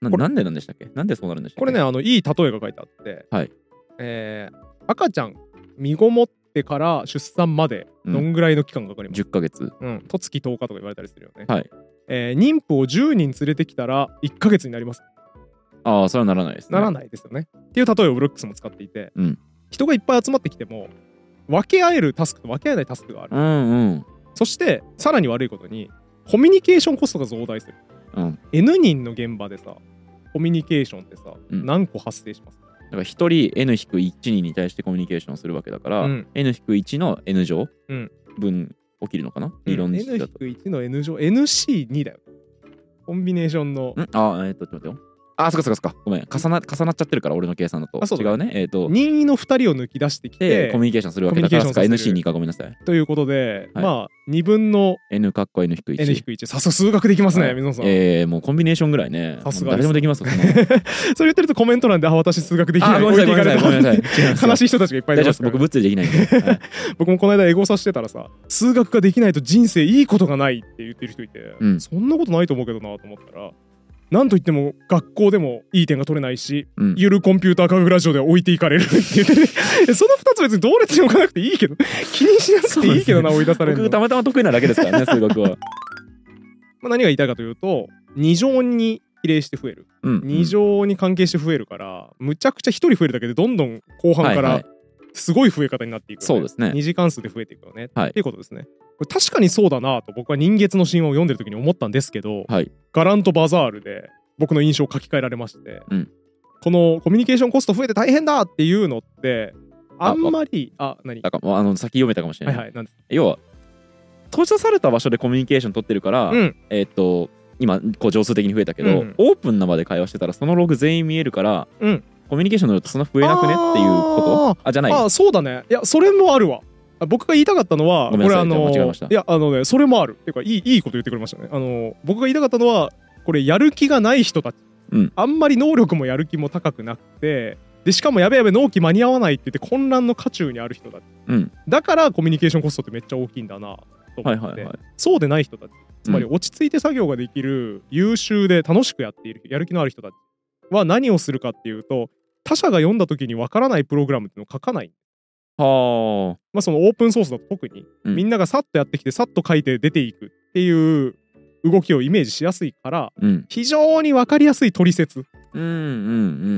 な。
これ
なんでなんでしたっけなんでそうなるんでしたっけ
これね、あのいい例えが書いてあって、
はい
えー赤ちゃん身ごもってから出産までどんぐらいの期間かかります、
10ヶ月。
うんと月10日とか言われたりするよね、
はい
えー妊婦を10人連れてきたら1ヶ月になります
ああ、それはならないですね。
なら
ない。
ないですよね、っていう例えをブルックスも使っていて、
うん
人がいっぱい集まってきても分け合えるタスクと分け合えないタスクがある、
うんうん。
そしてさらに悪いことにコミュニケーションコストが増大する
うん、
N 人の現場でさコミュニケーションってさ、
うん
何個発生します
だから1人 N-1 人に対してコミュニケーションするわけだから、
うん
N-1 の N 乗
うん
分起きるのかな、理論式だと。
N-1 の N 乗 NC2 だよコンビネーションの
んああ、えっ、と、ちょっと待ってよ。ああ、そっかそっかそっか。ごめん。重な重なっちゃってるから、俺の計算だと。
あそうだ
違うね。えっ、と、
任意の2人を抜き出してき
で、
て
コミュニケーションするわけだから、
コ
そ
ミュニケーショ
っか
ンさせる
N-C2 かごめんなさい。
ということで、
はい
まあ2分の
N かっこ N-1。
N-1 さすが数学できますね、水野さん、
えー、もうコンビネーションぐらいね。
さすがです
誰でもできますよ、そんなの
それ言ってるとコメント欄 であ私数学でき
あ
ない
ーごめんなさい、
置
ごめ
い
ん
て
なさい、ごめんなさ
かれた。
い違います
悲しい人たちがいっぱい出
大
ま
丈夫ですす。
から
僕、物理できないんで。はい
僕もこの間エゴサしてたらさ数学ができないと人生いいことがないって言ってる人いて、
うん
そんなことないと思うけどなと思ったらなんといっても学校でもいい点が取れないし
うん
ゆるコンピューター科学ラジオでは置いていかれるって言ってね その2つ別に同列に置かなくていいけど気にしなくていいけどな追い出されるの
僕、たまたま得意なだけですからね、数学は。
まあ、何が言いたいかというと2乗に比例して増える
うん
2乗に関係して増えるからむちゃくちゃ1人増えるだけでどんどん後半か
はいは
ら
い
すごい増え方になっていくよね、
そうですね
二次関数で増えていくよね、
はい
っていうことですねこれ確かにそうだなと僕は人月の神話を読んでる時に思ったんですけど、
はい
ガラントバザールで僕の印象を書き換えられまして、
うん
このコミュニケーションコスト増えて大変だっていうのってあんまりあ何
だから、まああの、先読めたかもしれ
は
ないい。
はいなんです
要は、閉ざされた場所でコミュニケーション取ってるから、
うん
えーっと、今、こう、常数的に増えたけど、
うん
オープンな場で会話してたら、そのログ全員見えるから、
うん
コミュニケーションの量ってそんな増えなくねっていうことあ、じゃない。
あそうだねいやそれもあるわあ僕が言いたかったのは
ごめんなさい
これあの
じゃあ間違えました
やあのねそれもあるっていうかいいいいこと言ってくれましたねあの僕が言いたかったのはこれやる気がない人たち、
うん
あんまり能力もやる気も高くなくてでしかもやべやべ納期間に合わないって言って混乱の渦中にある人たち
うん。
だからコミュニケーションコストってめっちゃ大きいんだなと思って、
はいはいはい。
そうでない人たちつまり
う
落ち着いて作業ができる、優秀で楽しくやっているやる気のある人たちは何をするかっていうと他者が読んだ時にわからないプログラムっていうのを書かない
は
まあ、そのオープンソースだと特に、
うん
みんながさっとやってきてさっと書いて出ていくっていう動きをイメージしやすいから
あ。うん。
非常に分かりやすい取説
うんう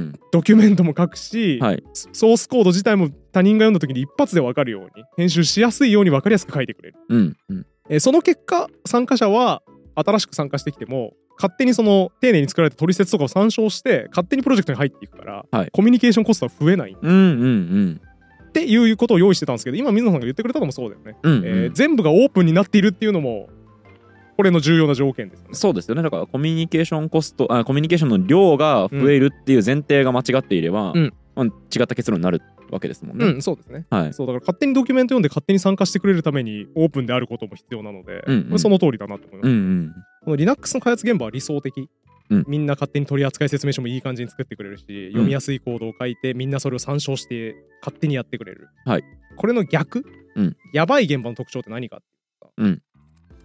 ん
ドキュメントも書くし、
うん。はい。
ソースコード自体も他人が読んだ時に一発で分かるように編集しやすいように分かりやすく書いてくれる、
うん。うん。
えーその結果参加者は新しく参加してきても勝手にその丁寧に作られた取説とかを参照して勝手にプロジェクトに入っていくから、
はい
コミュニケーションコストは増えない
うんうんうん。
っていうことを用意してたんですけど今水野さんが言ってくれたのもそうだよね
うんうん
えー全部がオープンになっているっていうのもこれの重要な条件ですよね。
そうですよねだからコミュニケーションコストあコミュニケーションの量が増えるっていう前提が間違っていれば、
うん
まあ、違った結論になるわけですもんね。
うん、そうですね。
はい、
そうだから勝手にドキュメント読んで勝手に参加してくれるためにオープンであることも必要なので、
うんうん
これその通りだなと思います。
うんうん
この Linux の開発現場は理想的。
うん
みんな勝手に取扱説明書もいい感じに作ってくれるし、読みやすいコードを書いてみんなそれを参照して勝手にやってくれる。
はい
これの逆、
うん
やばい現場の特徴って何かっていうか、
うん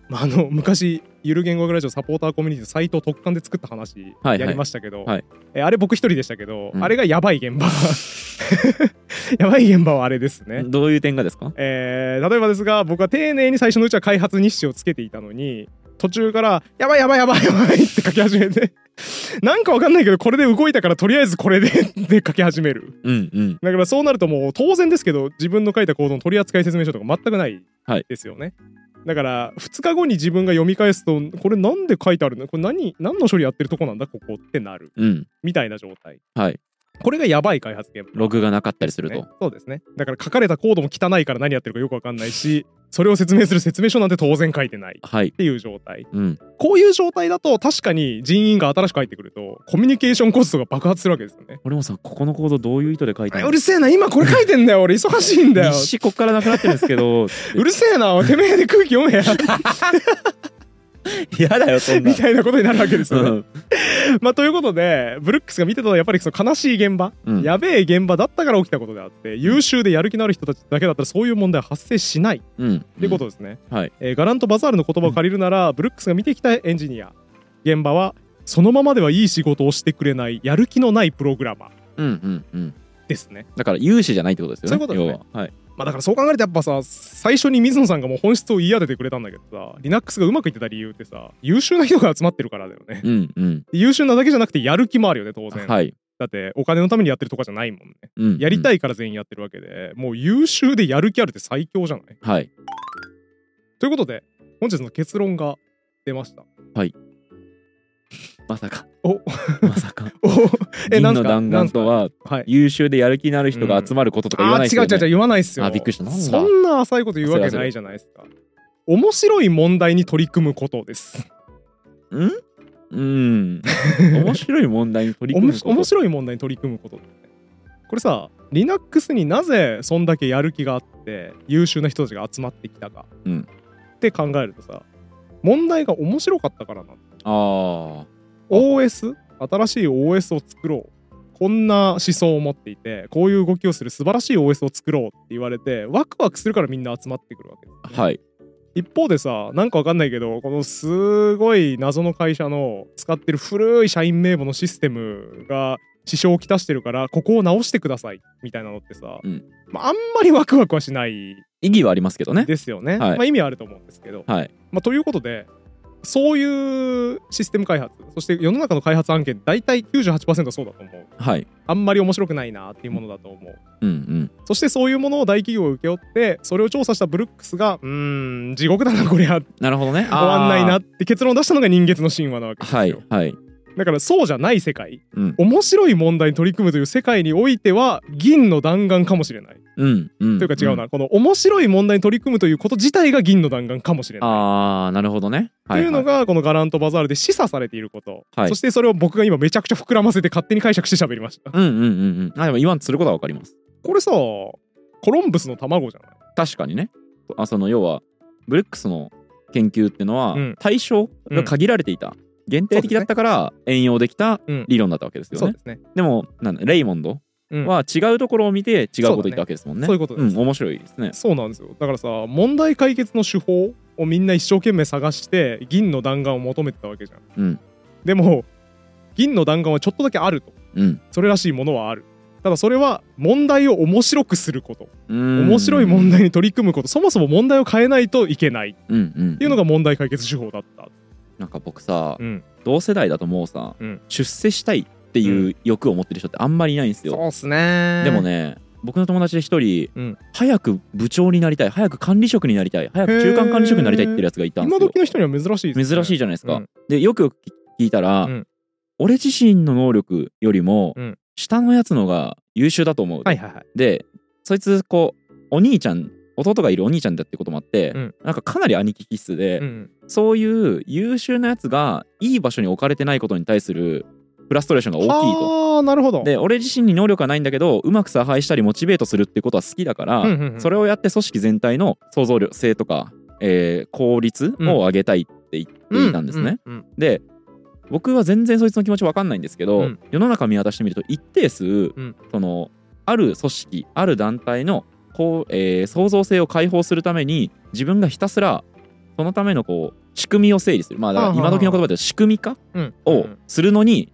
まあ、あの昔ゆる言語学ラジオサポーターコミュニティのサイトを特管で作った話
は
や
い
りましたけど、
はい
えあれ僕一人でしたけど、
うん
あれがやばい現場 やばい現場はあれですね、
どういう点がですか
えー例えばですが僕は丁寧に最初のうちは開発日誌をつけていたのに途中から「やばいやばいやばいやばい」って書き始めて なんかわかんないけどこれで動いたからとりあえずこれで で書き始める
うんうん
だからそうなるともう当然ですけど自分の書いた行動の取扱説明書とか全くない
はい
ですよね、だから2日後に自分が読み返すとこれなんで書いてあるのこれ何何の処理やってるとこなんだここってなる
うん
みたいな状態
はい
これがやばい開発現場
ログがなかったりすると、
ねそうですねだから書かれたコードも汚いから何やってるかよくわかんないしそれを説明する説明書なんて当然書いてないっ
はい
ていう状態
うん
こういう状態だと確かに人員が新しく入ってくるとコミュニケーションコストが爆発するわけですよね
俺もさんここのコードどういう意図で書いたの
うるせえな今これ書いてんだよ俺忙しいんだよ
日 誌こっからなくなってるんですけど
うるせえなおいてめえで空気読めや
嫌だよそんな
みたいなことになるわけです
う
よね。
ん
まあということでブルックスが見てたのはやっぱりその悲しい現場、
うん
やべえ現場だったから起きたことであって優秀でやる気のある人たちだけだったらそういう問題は発生しない
うん
ってことですね、
うんはい
えーガラントバザールの言葉を借りるなら、ブルックスが見てきたエンジニア現場はそのままではいい仕事をしてくれないやる気のないプログラマー
うんうんうん
ですね、
だから融資じゃないってことですよね
そういうことですね
要ははい
まあ、だからそう考えるとやっぱさ最初に水野さんがもう本質を言い当ててくれたんだけどさ Linux がうまくいってた理由ってさ優秀な人が集まってるからだよね
うんうん
優秀なだけじゃなくてやる気もあるよね当然、
はい
だってお金のためにやってるとかじゃないもんね
うん
やりた
い
いから全員やってるわけで、もう優秀でやる気あるって最強じゃない
はい
ということで本日の結論が出ました
まさか
お
まさか
お え
銀
なん
の
すか
弾丸とは
はい
優秀でやる気のある人が集まることとか言わないですよね、
あー違う違う違う言わないっすよ
あびっくりしたなんだ
そんな浅いこと言うわけないじゃないですか面白い問題に取り組むことです
うん。面白い問題に取り
おも
組む
し
こと。
面白い問題に取り組むことってこれさ Linux になぜそんだけやる気があって優秀な人たちが集まってきたか、
うん
って考えるとさ問題が面白かったからなんだよ
あ
OS 新しい OS を作ろうこんな思想を持っていてこういう動きをする素晴らしい OS を作ろうって言われてワクワクするからみんな集まってくるわけですね、
あ。はい。
一方でさなんかわかんないけどこのすごい謎の会社の使ってる古い社員名簿のシステムが支障をきたしてるからここを直してくださいみたいなのってさ、
うん
まあ、あんまりワクワクはしない
意義はありますけどね。
ですよね。
はい
まあ、意味はあると思うんですけど、
はい。
まあ、ということでそういうシステム開発そして世の中の開発案件大体98%はそうだと思う
はい。
あんまり面白くないなっていうものだと思う、
うんうん。
そしてそういうものを大企業が請け負ってそれを調査したブルックスがうーん地獄だなこりゃ
なるほどね。
終わんないな
あ
っ
ー。
て結論を出したのが人月の神話なわけですよ、
はいはい。
だからそうじゃない世界
うん
面白い問題に取り組むという世界においては銀の弾丸かもしれない、
うんうん。
というか違うな、
ん。
この面白い問題に取り組むということ自体が銀の弾丸かもしれない
ああなるほどね。
と
は
いうの
は
がこのガラントバザールで示唆されていること、
はい
そしてそれを僕が今めちゃくちゃ膨らませて勝手に解釈して喋りました
うんうんうんうん。あでも言わんとすることはわかります。
これさコロンブスの卵じゃない
確かにね。あその要はブルックスの研究っていうのは、
うん
対象が限られていた。限定的だったから援用できた
うん
理論だったわけですよ
そう
ね
で。すね、
でもなんだレイモンド
うん
は違うところを見て違うことを言ったわけですもんね。
そういうことです、
ん、面白いですね。
そうなんですよだからさ問題解決の手法をみんな一生懸命探して銀の弾丸を求めてたわけじゃん、
うん
でも銀の弾丸はちょっとだけあると
うん。
それらしいものはあるただそれは問題を面白くすること面
面
白い問題に取り組むことそもそも問題を変えないといけないっ
うんうん、
ていうのが問題解決手法だった、
なんか僕さ、
うん
同世代だともうさ、
うん
出世したいっていう欲を持ってる人ってあんまりいないんですよ、
うっすね
でもね僕の友達で一人、
うん
早く部長になりたい早く管理職になりたい早く中間管理職になりたいっていうやつがいたんで
今
すよ
時の人には珍しいです、ね、
珍しい
い
じゃないです
う
か、
ん
でよくよく聞いたら、
うん
俺自身の能力よりも
うん
下のやつのが優秀だと思う、
はいはいはい
でそいつこうお兄ちゃん弟がいるお兄ちゃんだってこともあって、
うん
なんかかなり兄貴気質で、
うん
そういう優秀なやつがいい場所に置かれてないことに対するフラストレーションが大きいと。
ああなるほど
で俺自身に能力はないんだけどうまく差配したりモチベートするってことは好きだから、
うんうんうん
それをやって組織全体の創造性とか、えー効率を上げたいって言っていたんですね。
うんうん
で僕は全然そいつの気持ちわかんないんですけど、
うん
世の中見渡してみると一定数、
ん
そのある組織ある団体のこう、えー創造性を解放するために自分がひたすらそのためのこう仕組みを整理するまあだから
はあはあ
今時の言葉で言うと仕組み化
うんうん
をするのに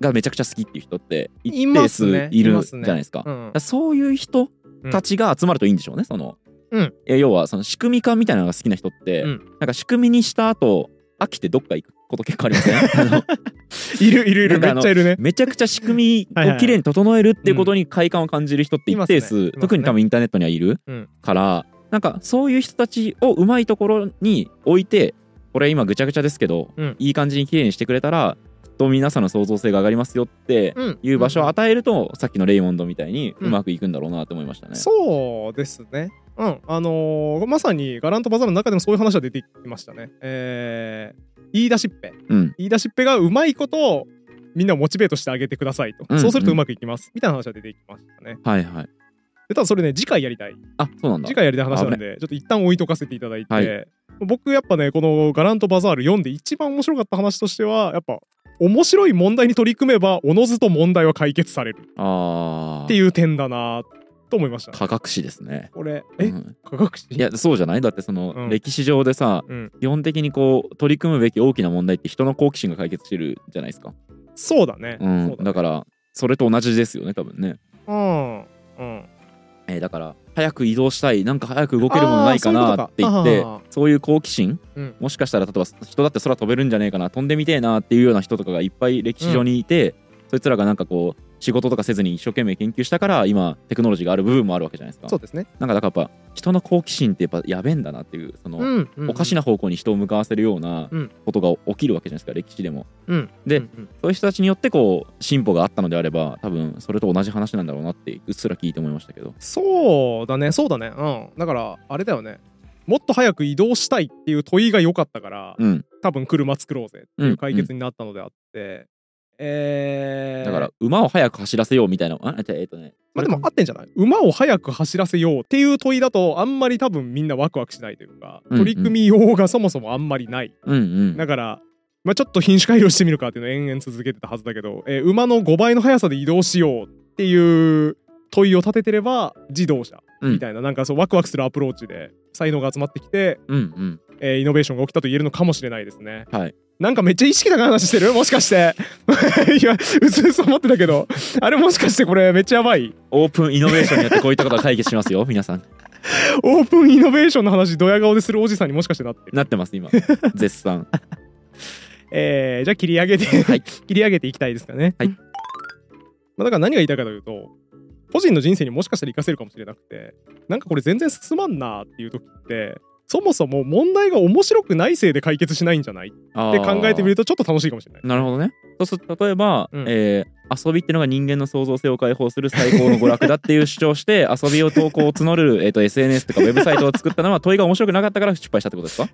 がめちゃくちゃ好きっていう人って一
い
定
ます
数
ね
い
い
る
ま
じ
す
ゃ
ね
ないですか。
う
だか
ん
らそういう人たちが集まるといいんでしょうね、その、
うん
え要はその仕組み化みたいなのが好きな人って、
うん
なんか仕組みにした後飽きてどっか行くこと結構ありません あの
いるいるいるめ
なんかあ
っ
の
ちゃいるね
めちゃくちゃ仕組み
はいはい
を
はい
きれいに整えるっていうことに快感を感じる人って一
い
定数、
ますねいますね
特に多分インターネットにはいる
うん
から、なんかそういう人たちをうまいところに置いてこれ今ぐちゃぐちゃですけど、
うん
いい感じにきれいにしてくれたらきっと皆さんの創造性が上がりますよって
うん
いう場所を与えると、さっきのレイモンドみたいに
うん
うまくいくんだろうなと思いましたね。
そうですねうんあのーまさにガラントバザールの中でもそういう話は出てきましたねえー、言い出しっぺ
うん
言い出しっぺがうまいことをみんなをモチベートしてあげてくださいと、
うん
そうするとうまくいきますみたいな話は出てきましたね
はいはい。
でただそれね次回やりたい
あそうなんだ
次。回やりたい話なんでちょっと一旦置いとかせていただいて、
はい
僕やっぱねこの「ガラントバザール」読んで一番面白かった話としてはやっぱ面白い問題に取り組めばおのずと問題は解決される
ああ
っていう点だなと思いました、
科学史ですね
これえ
うん
科学史
いやそうじゃないだってその、
うん
歴史上でさ、
うん
基本的にこう取り組むべき大きな問題って人の好奇心が解決してるじゃないですか、
そうだね、
う
そ
ん
うだ
だ
ね
からそれと同じですよね多分ね、
うんうん
えーだから早く移動したいなんか早く動けるものないか
あ
な
ー
って言っ
そういうこと
て
かあー
そういう好奇心、
うん
もしかしたら例えば人だって空飛べるんじゃねえかな飛んでみてえなっていうような人とかがいっぱい歴史上にいて、そいつらがなんかこう仕事とかせずに一生懸命研究したから今テクノロジーがある部分もあるわけじゃないですか
そうですね
なんかだからやっぱ人の好奇心ってやっぱやべえんだなっていうその、
うん、うん、
おかしな方向に人を向かわせるような
うん
ことが起きるわけじゃないですか歴史でも
うん
で
うんうん
そういう人たちによってこう進歩があったのであれば多分それと同じ話なんだろうなってうっすら聞いて思いましたけど
そうだねそうだねうんだからあれだよねもっと早く移動したいっていう問いが良かったから、
うん
多分車作ろうぜって
う
いうん解決になったのであって、えー、
だから馬を早く走らせようみたいなあじゃあえっとね
まあでも合ってんじゃない馬を速く走らせようっていう問いだとあんまり多分みんなワクワクしないというか
うんうん
取り組みようがそもそもあんまりない、
うんうん
だから、まあ、ちょっと品種改良してみるかっていうのを延々続けてたはずだけど、えー馬の5倍の速さで移動しようっていう問いを立ててれば自動車
うん
みたいな、なんかそうワクワクするアプローチで才能が集まってきて、
うんうん
えーイノベーションが起きたと言えるのかもしれないですね。
はい
なんかめっちゃ意識高い話してる もしかして。いや、うすうす思ってたけど、あれもしかしてこれめっちゃやばい。
オープンイノベーションによってこういったことが解決しますよ皆さん
オープンイノベーションの話ドヤ顔でするおじさんにもしかしてなってる、
なってま す今絶賛
えーじゃあ切り上げて
はい
切り上げていきたいですかね
はい
まあ、だから何が言いたいかというと個人の人生にもしかしたら活かせるかもしれなくてなんかこれ全然進まんなーっていう時ってそもそも問題が面白くないせいで解決しないんじゃないって
あー
考えてみるとちょっと楽しいかもしれない
なるほどねそうすると例えば、
うん
えー遊びってのが人間の創造性を解放する最高の娯楽だっていう主張して 遊びを投稿を募る、えー、と SNS とかウェブサイトを作ったのは問いが面白くなかったから失敗したってことで すか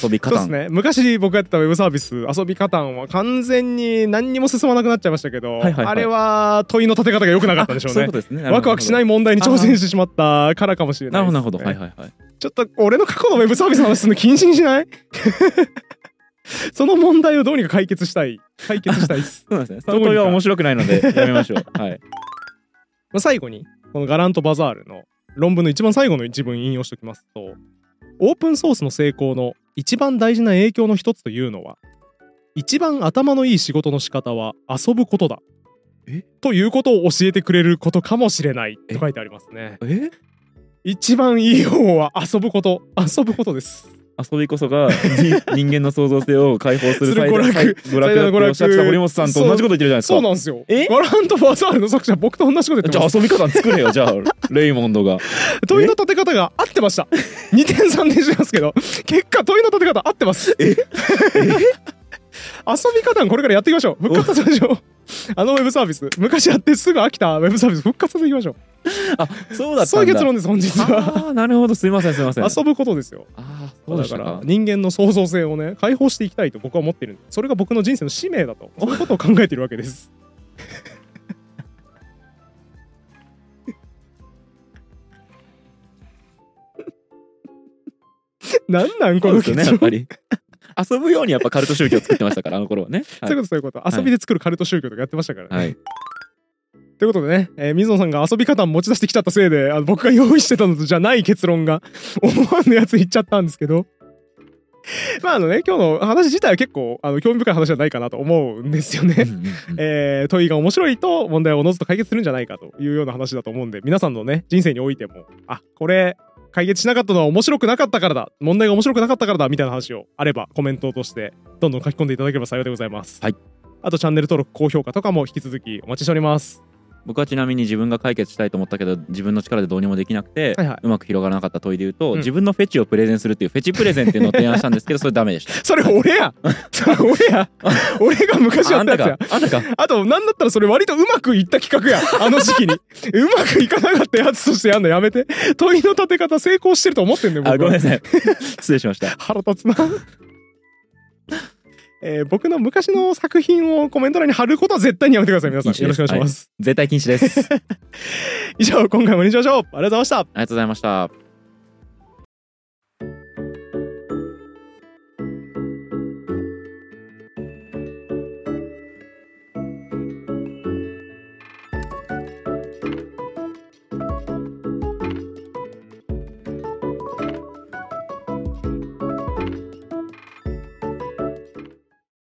遊び
そう
方
ですね昔僕がやってたウェブサービス遊び方は完全に何にも進まなくなっちゃいましたけど、
はいはいはい
あれは問いの立て方が良くなかったんでしょう
そう
ね
いうことですね
ワクワクしないい問題に挑戦してしまったからかもしれな
ないる
で
ほ
す
ど
ね、
なるほどはいはいはい
ちょっと俺の過去のウェブサービスの話するの禁止にしない その問題をどうにか解決したい解決したい です、
そうなんですねそ
どこにか
の問いは面白くないの でやめましょうはい
まあ、最後にこのガラントバザールの論文の一番最後の一文引用しておきますとオープンソースの成功の一番大事な影響の一つというのは一番頭のいい仕事の仕方は遊ぶことだ
え
ということを教えてくれることかもしれないと書いてありますね
え
一番いい方は遊ぶこと遊ぶことです
遊びこそが人人間の創造性を解放する
する
最
娯
大
楽
最娯楽だっておっしゃってた堀本さんと同じこと言ってるじゃないです
そうな
か
んですよ。
え
ガラントバザールの作者僕と同じこと言って
じゃあ
ます。
遊び方作れよじゃあレイモンドが
問いの立て方が合ってました。2点3点してますけど、結果問いの立て方合ってます。 遊び方これからやっていきましょう。復活させましょう。あのウェブサービス、昔やってすぐ飽きたウェブサービス復活させていきましょ
あそ
う。
うだった
そうい
ん
う
だ
結論です、本日は。
ああーなるほどすいませんすいませ ん
遊ぶことですよ。
ああそうで
だ
し
か
た
ら
か
人間の創造性をね解放していきたいと僕は思ってるんでそれが僕の人生の使命だ とそういうことを考えてるわけですなんなんこ
そう
の
で
結
すよ
論
ねや
そう,、
っぱり 遊ぶようにやっぱカルト宗教作ってましたからあの頃はねは
いうこ
い
と そういうこと
い
遊びで作るカルト宗教とかやってましたからね、
はい
ということでね、えー水野さんが遊び方を持ち出してきちゃったせいであの僕が用意してたのとじゃない結論が 思わぬやつ言っちゃったんですけどまああのね今日の話自体は結構あの興味深い話じゃないかなと思うんですよ
うん
ね。
うんうん
えー問いが面白いと問題をおのずと解決するんじゃないかというような話だと思うんで皆さんのね人生においてもあこれ解決しなかったのは面白くなかったからだ問題が面白くなかったからだみたいな話をあればコメントとしてどんどん書き込んでいただければ幸いでございます。
はい、
あとチャンネル登録高評価とかも引き続きお待ちしております。
僕はちなみに自分が解決したいと思ったけど自分の力でどうにもできなくて
はいはいう
まく広がらなかった問いで言うと
うん
自分のフェチをプレゼンするっていうフェチプレゼンっていうのを提案したんですけどそれダメで した
それ俺やそれ俺や俺が昔や
あ
っ
ん
た
た
やつや
かあんたか
あとなんだったらそれ割とうまくいった企画やあの時期にうまくいかなかったやつとしてやんのやめて問いの立て方成功してると思ってんだよ僕は
あごめんなさい失礼しました
腹立つな えー僕の昔の作品をコメント欄に貼ることは絶対にやめてください皆さん
禁止です
よろしくお願いします、
絶対禁止ですありがと
以上今回も以上でしょうありがとうございました
うございました